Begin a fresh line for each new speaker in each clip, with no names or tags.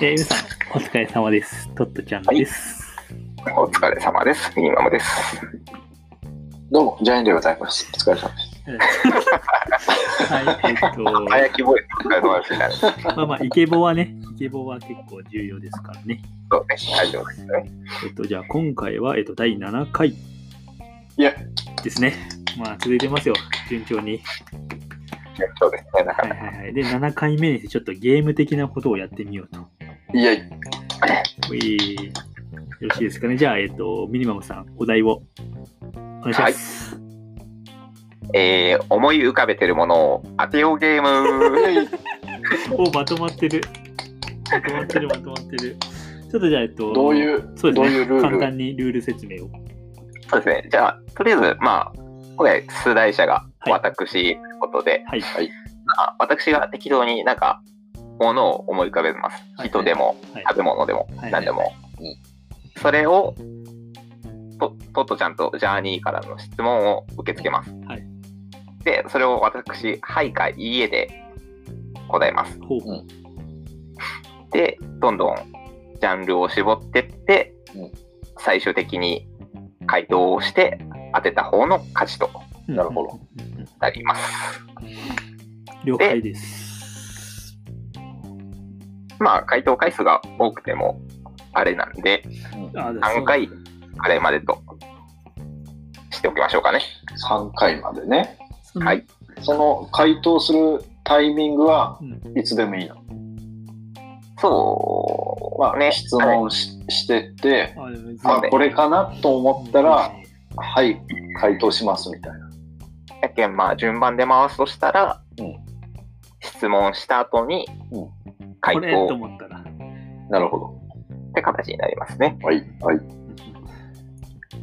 えー、皆さん、お疲れ様です。トットちゃんです。
お疲れ様です。ミニマムです。
どうも、ジャイアンでございます。お疲れ様です。
はい、えっと、
早きボイス、お疲れ様です。みたいな。そ
まあまあ、イケボはね、イケボは結構重要ですからね。
うね、大丈夫ですね。
えっと、じゃあ今回は、えっと、第7回
いや、
ですね。まあ、続いてますよ、順調に。
そうですね。なんか
はいはいはい。で、7回目にして、ちょっとゲーム的なことをやってみようと。
いや、
えー、よろしいですかね。じゃあ、えっと、ミニマムさん、お題をお願いします。
えー、思い浮かべてるものを当てようゲーム。
お、まとまってる。まとまってる、まとまってる。ちょっとじゃあ、えっと、
どういう、
そうです
どう
ね
いうルー
簡
ル
単にルール説明を。
そうですね。じゃあ、とりあえず、まあ、今回、出題者が
はい
私ということで、
はい。
まあ私が適当になんか、ものを思い浮かべます。
はい
人でも、
はい
食べ物でも、
はい
何でも。それを、とトットちゃんとジャーニーからの質問を受け付けます。
はい
で、それを私、はいかいいえで答えます。
ほう。
で、どんどんジャンルを絞ってって、
うん
最終的に回答をして当てた方の勝ちと
なるほど
うんうんうん。
なります。
了解です。
まあ、回答回数が多くてもあれなんで、
あ
3回あれまでとしておきましょうかね。
3回までね。
そう
はい。
その回答するタイミングは
うん
いつでもいいの。
そ
まあ、
ね
質問し,、してって、
あでも全然
あ、
ね
これかなと思ったら、はい、回答しますみたいな。
う。やけん、まあ、順番で回すとしたら、
うん
質問した後に
う
回
これと
答
思ったら。
なるほど。
って形になりますね。
はい、はい。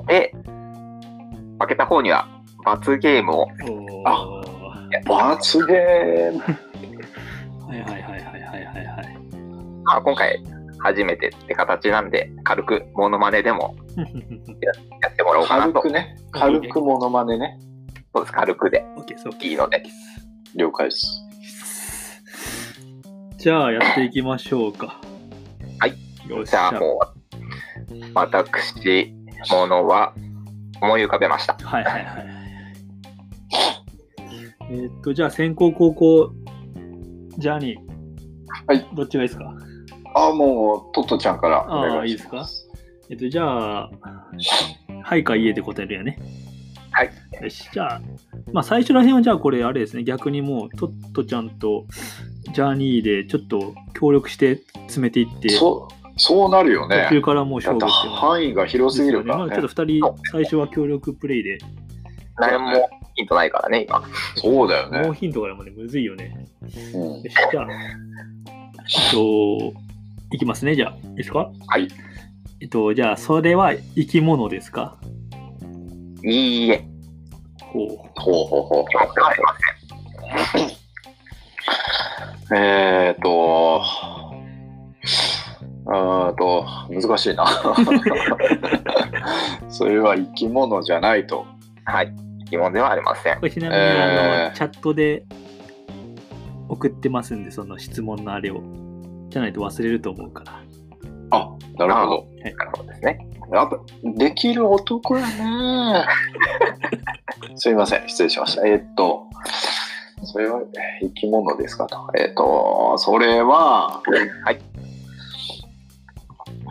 で、負けた方には罰ゲームを
おー
あ罰ゲーム。
はいはいはいはいはいはいはい。
まあ、今回初めてって形なんで軽くモノマネでもやってもらおうかな
軽
と
くね、軽くモノマネね。
そうです軽くで
オッケー、そう。
いいので
了解です。
じゃあ、やっていきましょうか。
はい。
よっし
じゃ
ゃ。
あもう私ものは思い浮かべました
はいはいはい。えーっと、じゃあ、先行後攻、ジャーニー。
はい。
どっちがいいですか
あ、もう、トットちゃんからお願いし
あいいで
ますす。
えっと、じゃあ、はいか家で答えるよね。
はい。
よし、じゃあ、まあ、最初ら辺は、じゃあ、これ、あれですね、逆にもう、トットちゃんとジャーニーで、ちょっと協力して詰めていって、
そう、そうなるよね
途。中からもう
だ
勝
って
負っていうのが
範囲が広すぎるか
ですよねまあ
ら
ちょ
ね
っ。と2人、最初は協力プレイで、
何もヒントないからね今
そうだよ
ノー
ね。
ヒントからもね、むずいよね。
うん
よし、じゃあ、えっと、いきますね、じゃあ、いいですか
はい。
えっと、じゃあ、それは生き物ですか
いいえ
ほう。
ほうほうほう。
はい
えーっと、うーんと、難しいな。 それは生き物じゃないと。
はい疑問ではありません
これちなみに、
えー
あのチャットで送ってますんで、その質問のあれを。じゃないと忘れると思うから。
あ、なるほど。
なるほどですね
やっぱ、できる男やね。すいません、失礼しました。えーっと、それは生き物ですかと。えーっと、それは、
はい。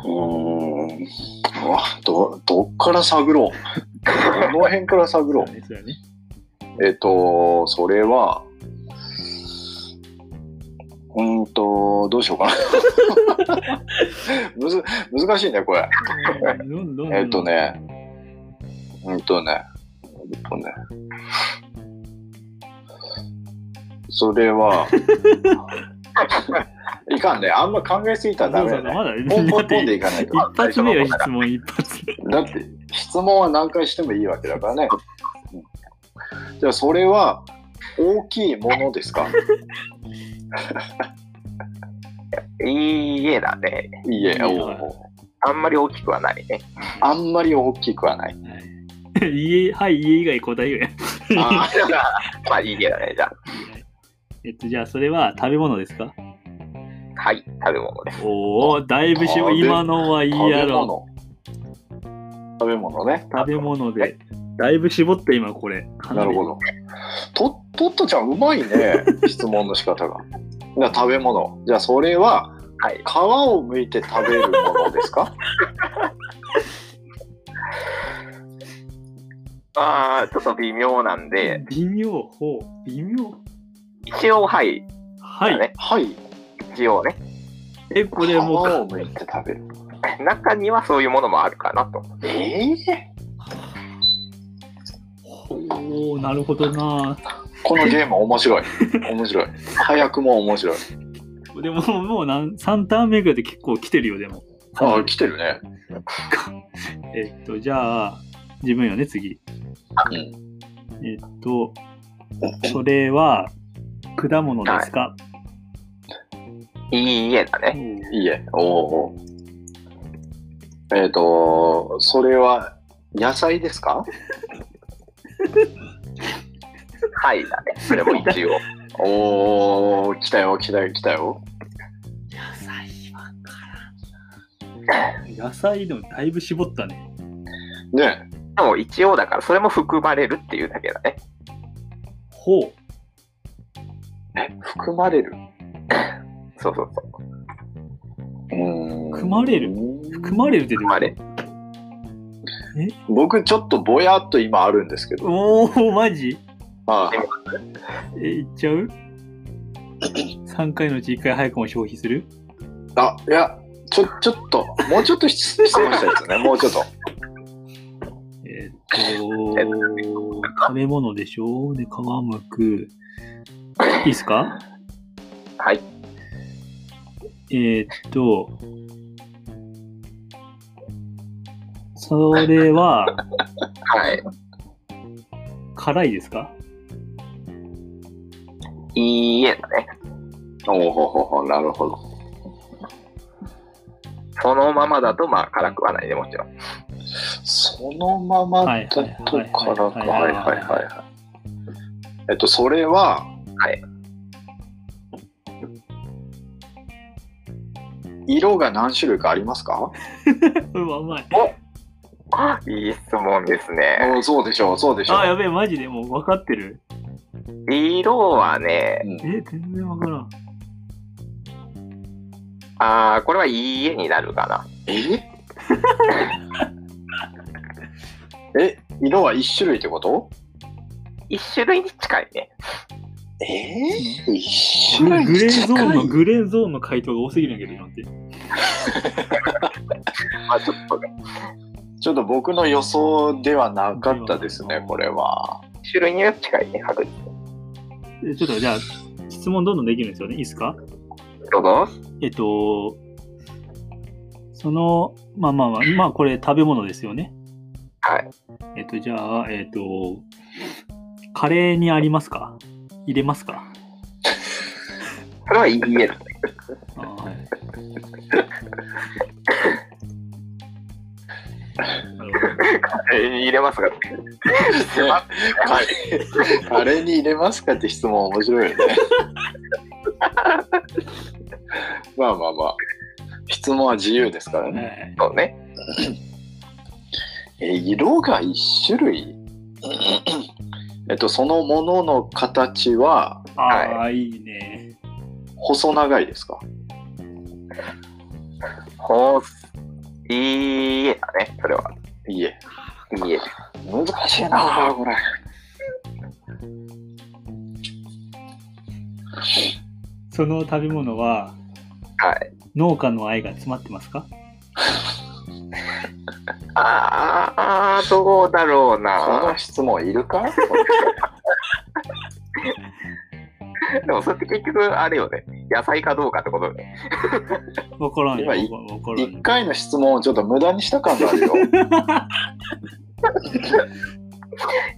うーん、うわど、どっから探ろう。どの辺から探ろう
そう。ね。そうだ ね
えっと、それは、うーんと、どうしようかな。 むず難しいね、これ。
うんどんどん
えっと。ね、うんとね、えっとね。それ は、いかんね。あんま考えすぎた
そうそ
らダ
う
メ
そ
だ
う
ね。
まだ
ポン
だ
ポン
っ
ポンで
て
いかないと。
一発目よ、質問一発目。
だって質問は何回してもいいわけだからね。じゃあそれは大きいものですか
いいえだね
いえ、
いいえ
おう
あんまり大きくはないね
あんまり大きくはない。
はいいいえ、はい、家以外答えようや。
あーまあいい例だね、じゃ
えっと、じゃあ、それは食べ物ですか
あ。はい、食べ物です。
おお、だいぶしよ
あ
う。
ーで
今のはいい
食べ
やろ。
物。食べ物ね。
食べ物で。だいぶ絞った今、これ。か
な
なり
るほ。ど。と、とっとちゃんうまい ね。質問の仕方が。じゃあ食べ物。じゃあそれは、
はい
皮を剥いて食べるものです か
ああ、ちょっと微妙なんで、
微妙。ほう。微妙。
一応はい、
は
だ
い。
ね、
はい。
一応ね、
え、これも
皮
う
を剥いて食べる。
中にはそういうものもあるかなと。
ええ
おお、なるほどな。
このゲーム面白い。 面白い。早くも面白い。
でも、もうなん3ターン目ぐらいで結構来てるよ、でも。
ああ、来てるね。
えっと、じゃあ、自分よね、次。
うん。
えっと、それは、果物ですか、
いい家だね。
いいえ。おおお。えっ、と、それは野菜です か
はいだね。それも一応。
おお、来たよ、来たよ、来たよ。
野菜わからんな。野菜でもだいぶ絞ったね。
ね
でも一応だから、それも含まれるっていうだけだね。
ほう。
含まれる。
そうそうそう。
うん
含まれる含まれるって
含まれ。
僕ちょっとぼやっと今あるんですけど、
おお、マジ
あ
でも
え、いっちゃ う ?3 回のうち1回早くも消費する
あいやちょちょっともうちょっと質問したいで すねもうちょっと
えっと、食べ物でしょで、皮むく。いいっすか
はい。
えっと、それは
はい。
辛いですか
いい家だね。
おおほほほなるほど
そのままだと、まあ、辛くはないでもちろん。
そのままだと
はいはい
辛く
は
はい
はい
いはいはいはいえっとそれは
はい
色が何種類かありますか、
うわ、うまい。
あいい質問ですね。
おそうでしょうそうでしょう
あ、やべえ、マジでもう分かってる。
色はね、
うん
え、全然分からん。
ああ、これはいい家になるかな。
え え色は一種類ってこと
一種類に近いね。
え一
グレーゾーンの、グレーゾーンの回答が多すぎるんやけど、今って。
まあ、ちょっとね、
ちょっと僕の予想ではなかったですね、これは。
一種類には近いね、確実に。
えちょっとじゃあ、質問どんどんできるんですよね。いいですか
どうぞ。
えっと、その、まあまあまあ、まあこれ食べ物ですよね。
はい。
えっと、じゃあ、えっと、カレーにありますか入れますか
それはいい家だね。
はい。
えー入れますが。
カレーカレーに入れますかって質問面白いよね。 まあまあまあ。質問は自由ですからね。
はい
そうね。
え色が一種 類えっと、そのものの形は
ああ、いいね。
細長いですか
ほう、いい家だね、それは。
いいえ。
いい家。
難しいなあこれ。
その食べ物は
はい。
農家の愛が詰まってますか
あー、どうだろう
この
な。
質問いるか
でも、それって結局、あれよね。野菜かどうかってことね。
わからんよ。
今
わ
い
かわからん
一
よ。
回の質問をちょっと無駄にした感があるよ。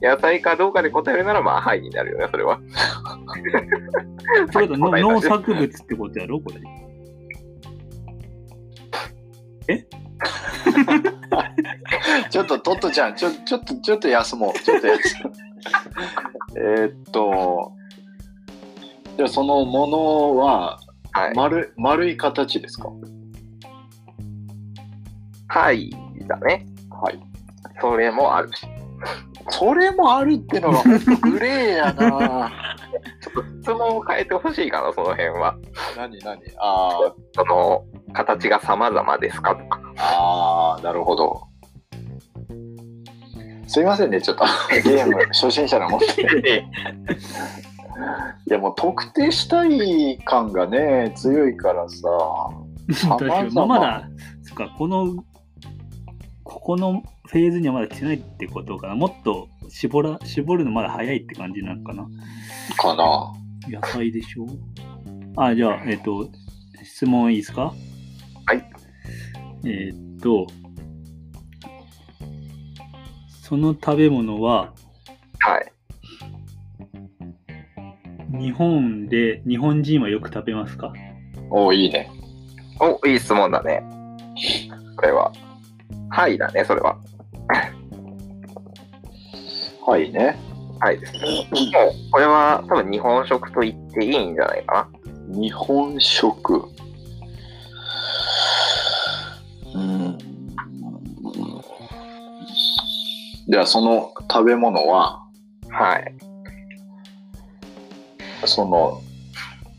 野菜かどうかで答えるなら、まあ、はいになるよね、それは。
ってことは
答え
農農
出して
作物ってことやろこれ。
ちょっとトットちゃん、ちょ、ちょっと、ちょっと休もう。ちょっと休もう。 えーっと、じゃあそのものは
はい。
丸,、い、丸い形ですか
はい。だね。
はい。
それもあるし。
それもあるってのがほんとグレーやな
ちょっと質問を変えてほしいかな、その辺は。
何何あー
その、形が様々ですかとか。
あー、なるほど。すいませんね、ちょっとゲーム初心者なもんで。 いやもう特定したい感がね、強いからさ。
確かにまあ
様々
まだそっかこのここのフェーズにはまだ来てないってことかなもっと絞ら絞るのまだ早いって感じなのかな
かな。
野菜でしょあじゃあえっ、と質問いいですか
はい
えっとその食べ物は
はい。
日本で日本人はよく食べますか
おいいね。
お、いい質問だね。これは。はいだね、それは。
はいね。
はいです。もう、これは多分日本食と言っていいんじゃないか
日本食。うん。じゃあその食べ物は、
な。はい。
その、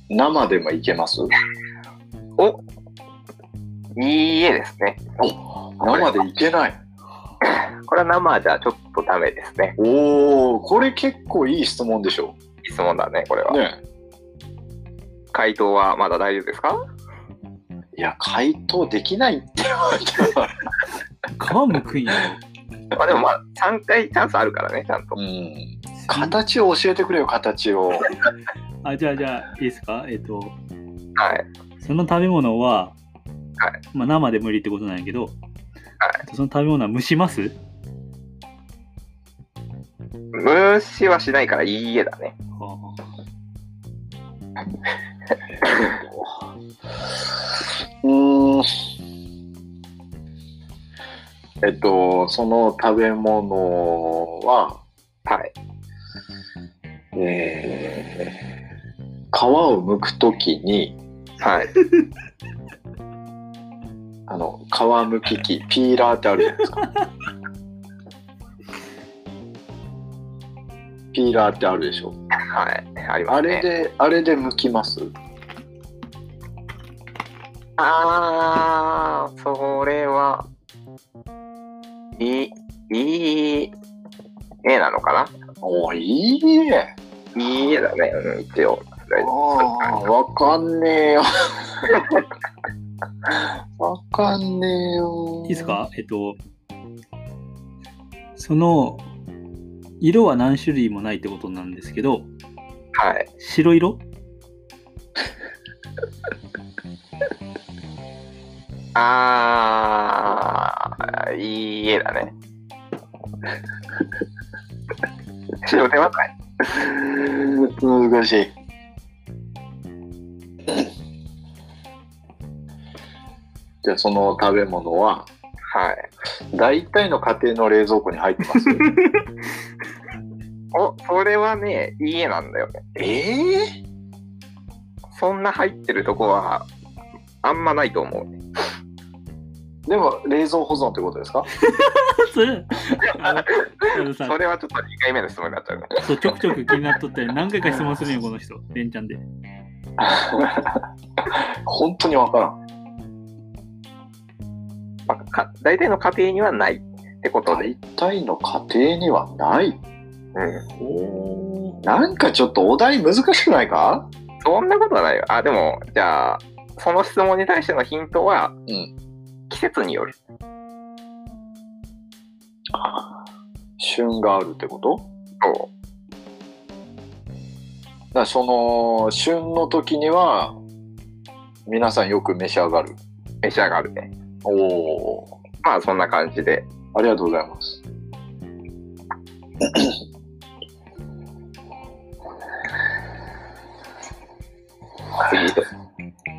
生でもいけます
いいえですね。
生でいけない。
これは生じゃちょっとダメですね。
おおこれ結構いい質問でしょ。
いい質問だね、これは。
ね
回答はまだ大丈夫ですか
いや、回答できないって言われた。
皮むくんやろ
まあでもまあ、3回チャンスあるからね、ちゃんと。
うん。形を教えてくれよ、形を。
あじゃあじゃあいいですかえっ、と
はい。
その食べ物は、
は
まあ、生で無理ってことなんやけど、その食べ物は蒸します
無視はしないからいいえだね。
うーん。えっと、その食べ物は、
はい。
えー皮を剥くときに、
はい。
あの、皮剥き器、ピーラーってあるじゃないですか。 ピーラーってあるでしょ。
はい。ありま
あ
す
れ
ね。
で、あれで剥きます。
あー、それは、いい、いいえなのか
おーいいね。
ないいえだね、うん、一応。
ああ、わかんねえよ。わかんねえよ。
いいですかえっ、とその色は何種類もないってことなんですけど
はい。
白色
あー、いいえだね。白手はない。
難しい。じゃあその食べ物は
はい。
大体の家庭の冷蔵庫に入って ます。
お、それはね、いいえなんだよね。
ええ
そんな入ってるとこは、あんまないと思う。
でも冷蔵保存ってことですか？
それあのあのさ
それはちょっと2回目の質問になっちゃうね。
そうちょくちょく気になっとったり何回か質問するんよこの人レンちゃんで
本当にわからん。
まあ、か大体の家庭にはないってことで、
大体の家庭にはない。
うん、
なんかちょっとお題難しくないか？
そんなことはないよあでもじゃあその質問に対してのヒントは、
ん
季節による
旬があるってこと？
と
だからその旬の時には皆さんよく召し上がる
召し上がるね
おお
まあそんな感じで
ありがとうございます
次 で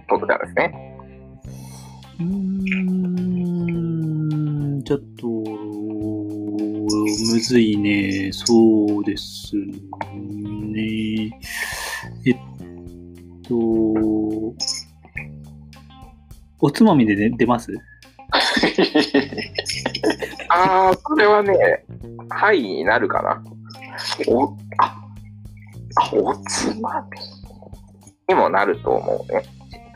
僕からですね
うーんちょっとむずいね。そうですね。えっと、おつまみで、ね、出ます
ああ、それはね、はいになるかな。
お、あ、あおつまみ。
にもなると思うね。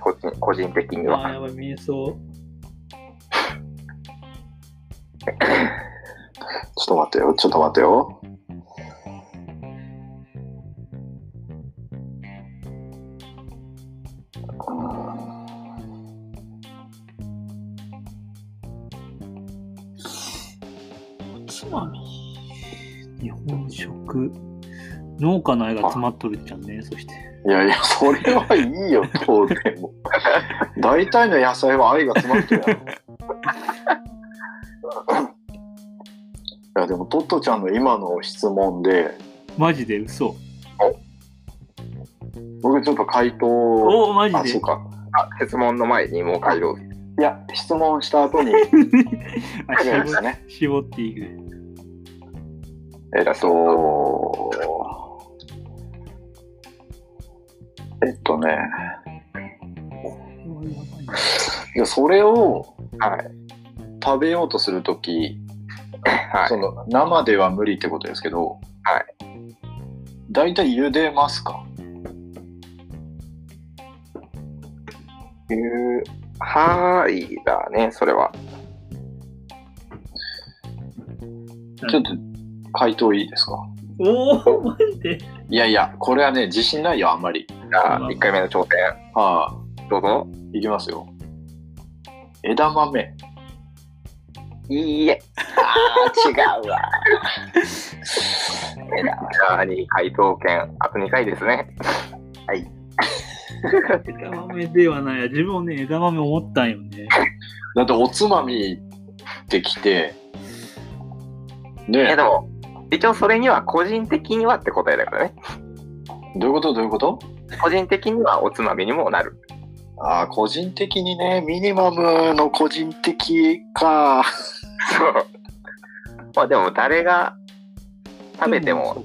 個人個人的に
ああ、
は。
やばい、見えそう。
ちょっと待ってよ、ちょっと待ってよ。
おつまみ日本食。農家の愛が詰まっとるじゃんね、そして。
いやいや、それはい いよ、当然も。大体の野菜は愛が詰まってるやろ。いや、でも、トットちゃんの今の質問で、
マジで嘘。
僕ちょっと回答を。
おお、マジ
あ、そ
で
う。か。
あ、質問の前にもう回答。
いや、質問した 後に、
あ
考えまし
絞
たね。
絞っていく。
えっと、えっとね、いやそれを
はい。
食べようとするとき、
は
そ
い。
の生では無理ってことですけど、。
はい
大体茹でますか
いうはーいだね、それは。
ちょっと回答いいですか
おお、マジで。
いやいや、これはね、自信ないよ、あんまり。
じゃあ、1回目の挑戦、
は
どうぞ。
い、いきますよ。枝豆。
いいえ。あ違うわ。あに回答権、あと2回ですね。
枝豆ではないや。自分もね、枝豆思ったんよね。
だって、おつまみってきて、
え、
ね
でも、一応それには個人的にはって答えだからね。
どういうことどういうこと
個人的にはおつまみにもなる。
ああ、個人的にね、ミニマムの個人的か。
そう。まあでも、誰が食べても
でそっか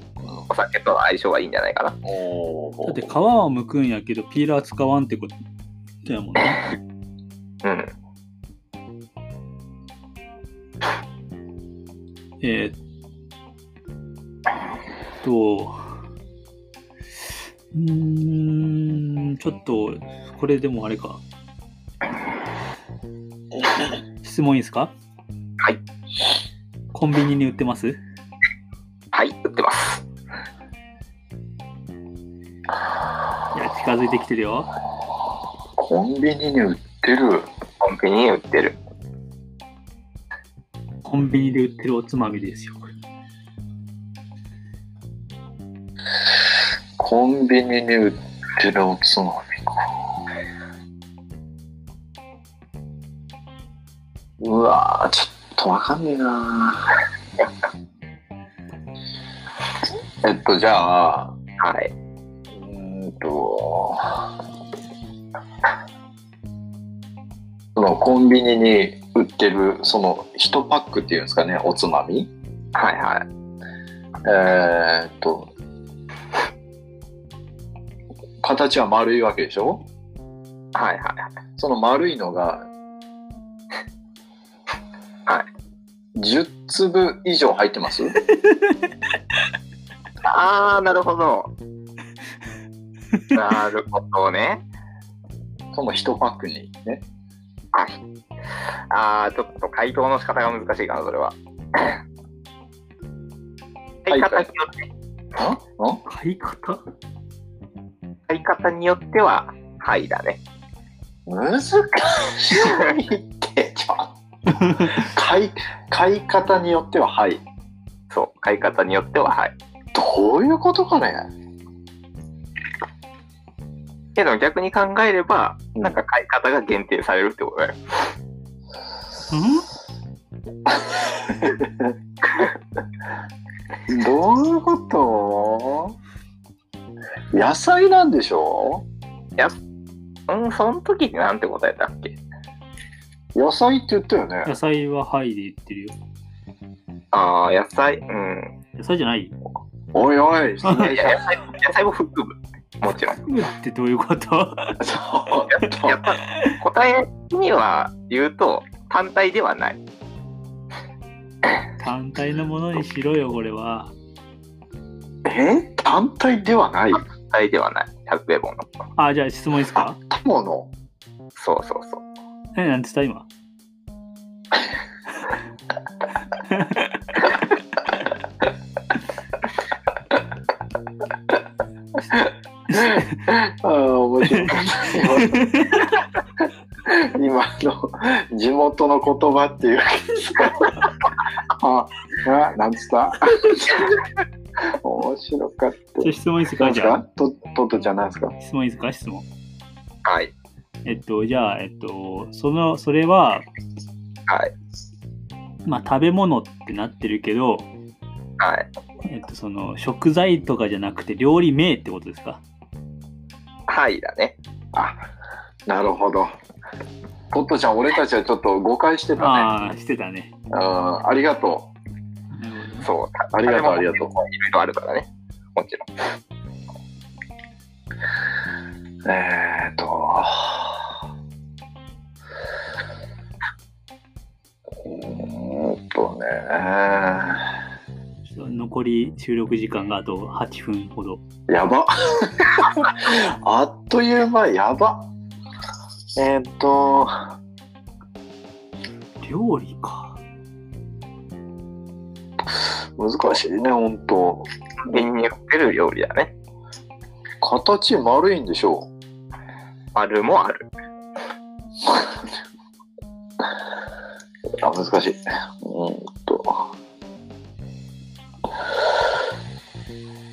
お酒との相性はいいんじゃないかな。
お
だって
ー
皮は剥くんやけど、ピーラー使わんってことだよもんね。
うん。
えー、っと、うーん、ちょっと、これでもあれか。質問いいですか
はい。
コンビニに売ってます
はい、売ってます。
いや、近づいてきてるよ。
コンビニに売ってる。
コンビニに売ってる。
コンビニで売ってるおつまみですよ。これ
コンビニに売ってるおつまみか。うわー、ちょっとわかんねえな。えっと、じゃあ、
はい。
うーんと、そのコンビニに売ってる、その1パックっていうんですかね、おつまみ。
はいはい。
えーっと、形は丸いわけでしょ
はいはい。
その丸いのが、。
はい
10粒以上入ってます
あー、なるほ ど。なるほどね。
その1パックにね。
あー、ちょっと回答の仕方が難しいかな、それは。
は
買い方
い
によって、
んん
買い方
買い方によっては、はいだね。
難しいって、 ちょ買い、買い方によっては、はい。
そう、買い方によっては、はい。
どういうことかね
けど逆に考えれば、
うん
なんか買い方が限定されるってことだよ。
ん
どういうこと野菜なんでしょ
うん、その時になんて答えたっけ
野菜って言ったよね。
野菜ははいで言ってるよ。
ああ、野菜、うん。
野菜じゃない
おいおい、
いや、野菜、野菜も含む。もちろん。
うわってどういうこと
そうえっと
やっぱ答えには言うと、単体ではない。
単体のものにしろよ、これは。
え単体ではない
単体ではない。百円本の。
あ、じゃあ質問いいですか
友の
そうそうそう。
え、なんつった今。
ああ面白い今の地元の言葉っていうかああなんつった面白かった
じゃあ質問いいです
な
か
ん
じ
す
ゃあ。
かとととちゃんなんですか
質問いいですか質問。
はい。
えっと、じゃあ、えっと、その、それは、
はい。
まあ、食べ物ってなってるけど、
はい。
えっと、その、食材とかじゃなくて、料理名ってことですか
はいだね。
あなるほどトットちゃん俺たちはちょっと誤解してたね
ああ、してたね。
ああありがと
なるほどね
そう。
うありがとうありが
いろ
とう
いろあるからね。もちろん。
えーっと。うーんとね。
ちょっと残り収録時間があと8分ほど。
やば。 あっという間、やば。えーっと、
料理か。
難しいね、ほんと。
瓶に売ってる料理だね。
形丸いんでしょ
丸もある。
う。あ、難しい。うーんと。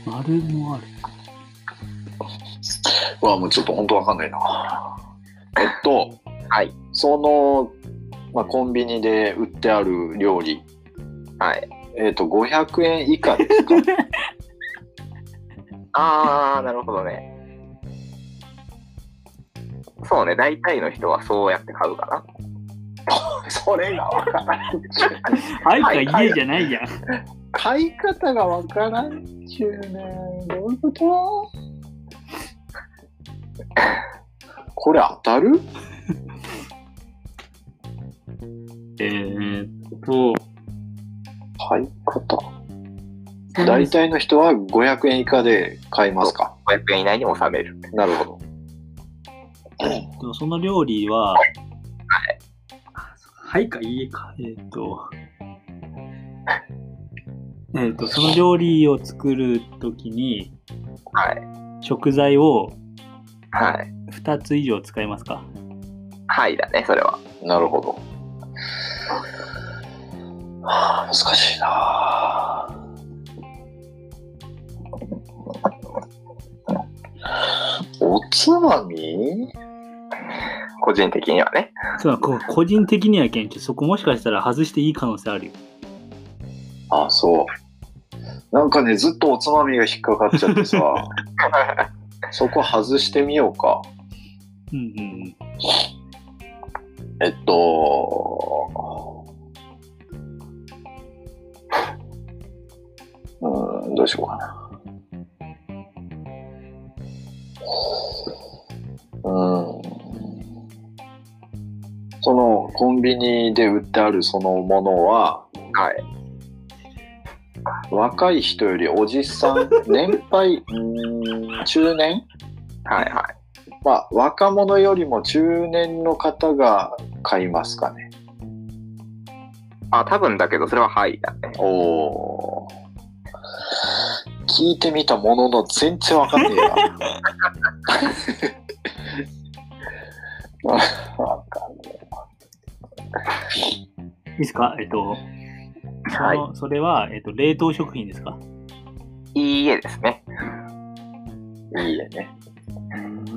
丸もある。
うわ、もうちょっとほんとわかんないな。えっと、
はい。
その、まあ、コンビニで売ってある料理。
はい。
えっ、と、500円以下ですか
あー、なるほどね。そうね、大体の人はそうやって買うかな。
それがわからん。
愛か
はいはい
家じゃないじゃん。
買い方がわからんちゅうね。どういうことこれ当たる
えーっと、
買い方。大体の人は500円以下で買いますか。
500円以内に収める。
なるほど。
でもその料理は、はいか家か。えーっと、えーっと、その料理を作るときに
はい。
食材を
はい。
2つ以上使いますか
はいだね、それは。
なるほど。はあ、難しいなおつまみ
個人的にはね。
そうだこ個人的にはけんちょそこもしかしたら外していい可能性あるよ。
あ、そう。なんかね、ずっとおつまみが引っかかっちゃってさ、そこ外してみようか。
うんうん
えっと、うーん、どうしようかな。うーん。そのコンビニで売ってあるそのものは、
はい。
若い人よりおじさん、年 配、うーん中年
はいはい。
まあ、若者よりも中年の方が買いますかね。
あ、多分だけど、それははいだね。
おー聞いてみたものの全然わかんねえな。 わかんね
うん。いいですかえーっと、そ
は
の
い。
それは、えっと、冷凍食品ですか
いいえですね。
え。いいえね。
うん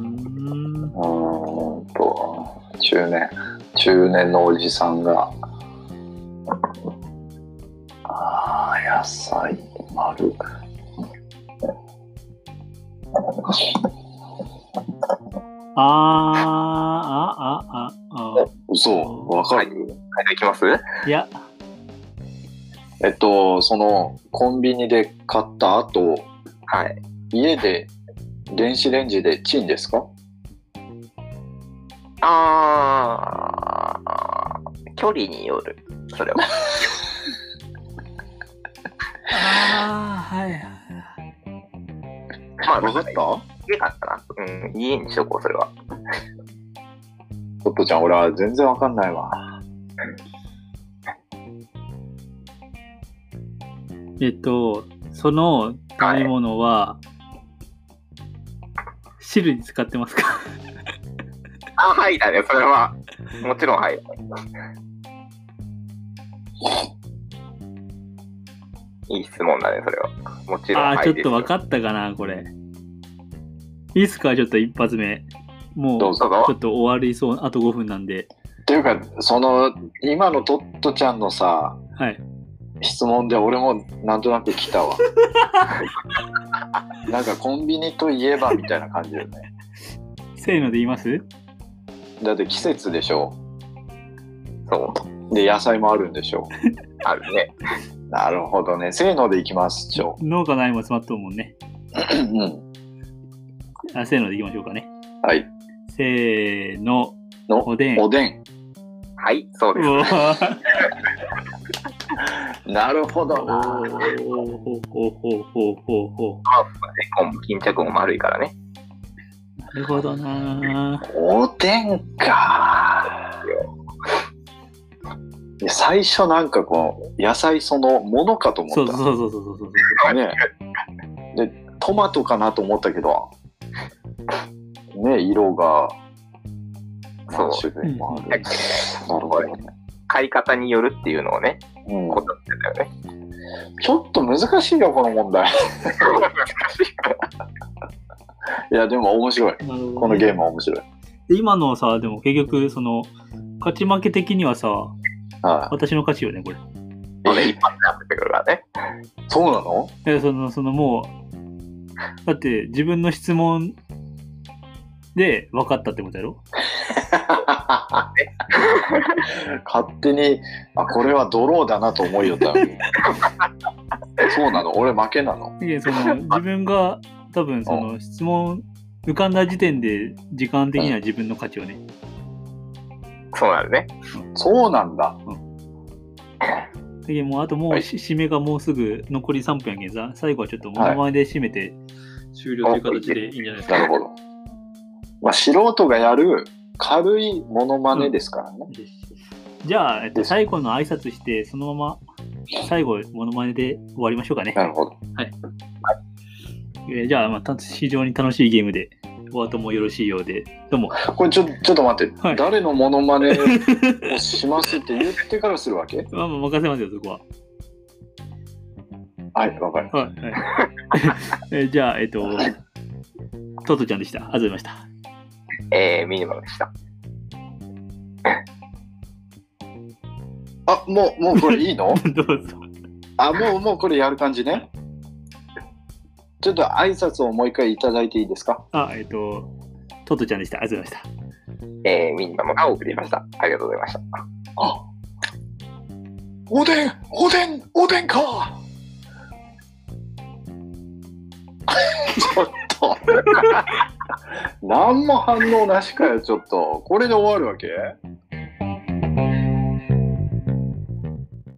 うーんと、中年、中年のおじさんが。ああ、野菜、丸。
あーああああ
嘘、わかる、
はい、できます
いや
えっと、そのコンビニで買った後、
はい。
家で電子レンジでチンですか
ああ、距離による。そ れは。
ああ、はいはい。
まあ、
わかった
家かったな。うん、家にしとこう、それは。
トットちゃん、俺は全然わかんないわ。
えっと、その食べ物は、汁に使ってますか
あ、はいだね、それは。もちろん、はい。いい質問だね、それは。もちろん、
あ
は
あ、
い。
ちょっとわ
っ
かったかな、これ。いいっすか、ちょっと一発目。もう、
どう
ち
ぞ。
た。
ょっと終わりそう、あと5分なんで。
っていうか、その、今のトットちゃんのさ、
はい。
質問で俺もなんとなく来たわ。なんかコンビニといえばみたいな感じだよね。
せーので言います
だって季節でしょ
そう、
で、野菜もあるんでしょ
あるね。
なるほどね。せーのでいきます、ちょ。
農家ないも詰まっとうもんね。
うん。
あせーのでいきましょうかね。
はい。
せーの、
の
おでん。
おでん。
はい、そうです。
うわー
なるほ
おーおーおーおーおーおー
どな。
おーおー
根も巾着も丸いからね。
なるほどなー
おでんか。いや最初なんかこう野菜そのものかと思った
そうそうそうそうそうそう
ねでトマトかなと思ったけどね色が
そう
何種類もある、
うん
なるほどね、
買い方によるっていうのをね、
うん
答えてたよね。
ちょっと難しいよこの問題いやでも面白い
なるほどね
このゲームは面白い、
今のさでも結局その勝ち負け的にはさ
は
私の勝ちよねこれ
そうね、一発で当ててくるからね。
い、そうなの
えそのそのもうだって自分の質問で分かったってことやろ
勝手にあこれはドローだなと思いよったのに そうなの俺負けなの
でそ の自分が多分その質問浮かんだ時点で時間的には自分の勝ちよね
そうなるね。
そうなんだ
でもうあとも
は
う
い
し締めがもうすぐ残り3分やけんさ、最後はちょっとモノマネで締めて終了という形でいいんじゃないですか。
なるほど。まあ、素人がやる軽いモノマネですからね。
じゃあ、えっと、
です
最後の挨拶して、そのまま最後モノマネで終わりましょうかね。
なるほど。
えーじゃあ、まあた、非常に楽しいゲームで、お後もよろしいようで、どうも。
これちょちょっと待って、
はい
誰のモノマ ネをしますって言ってからするわけ
まあ、まあ任せますよ、そこ
はい、わかる。
は。はい。 はいえーじゃあ、えっと、トトちゃんでした。ありがとうございました。
えー、ミニマムでした。
あもう、もうこれいいの
どうぞ。
あもう、もうこれやる感じね。ちょっと挨拶をもう一回いただいていいですか
あ、えっと、トトちゃんでした。ありがとうございました。
えー、ミニマムがお送りしました。ありがとうございました。
あおでん、おでん、おでんかちょっと。何も反応なしかよ、ちょっと。これで終わるわけ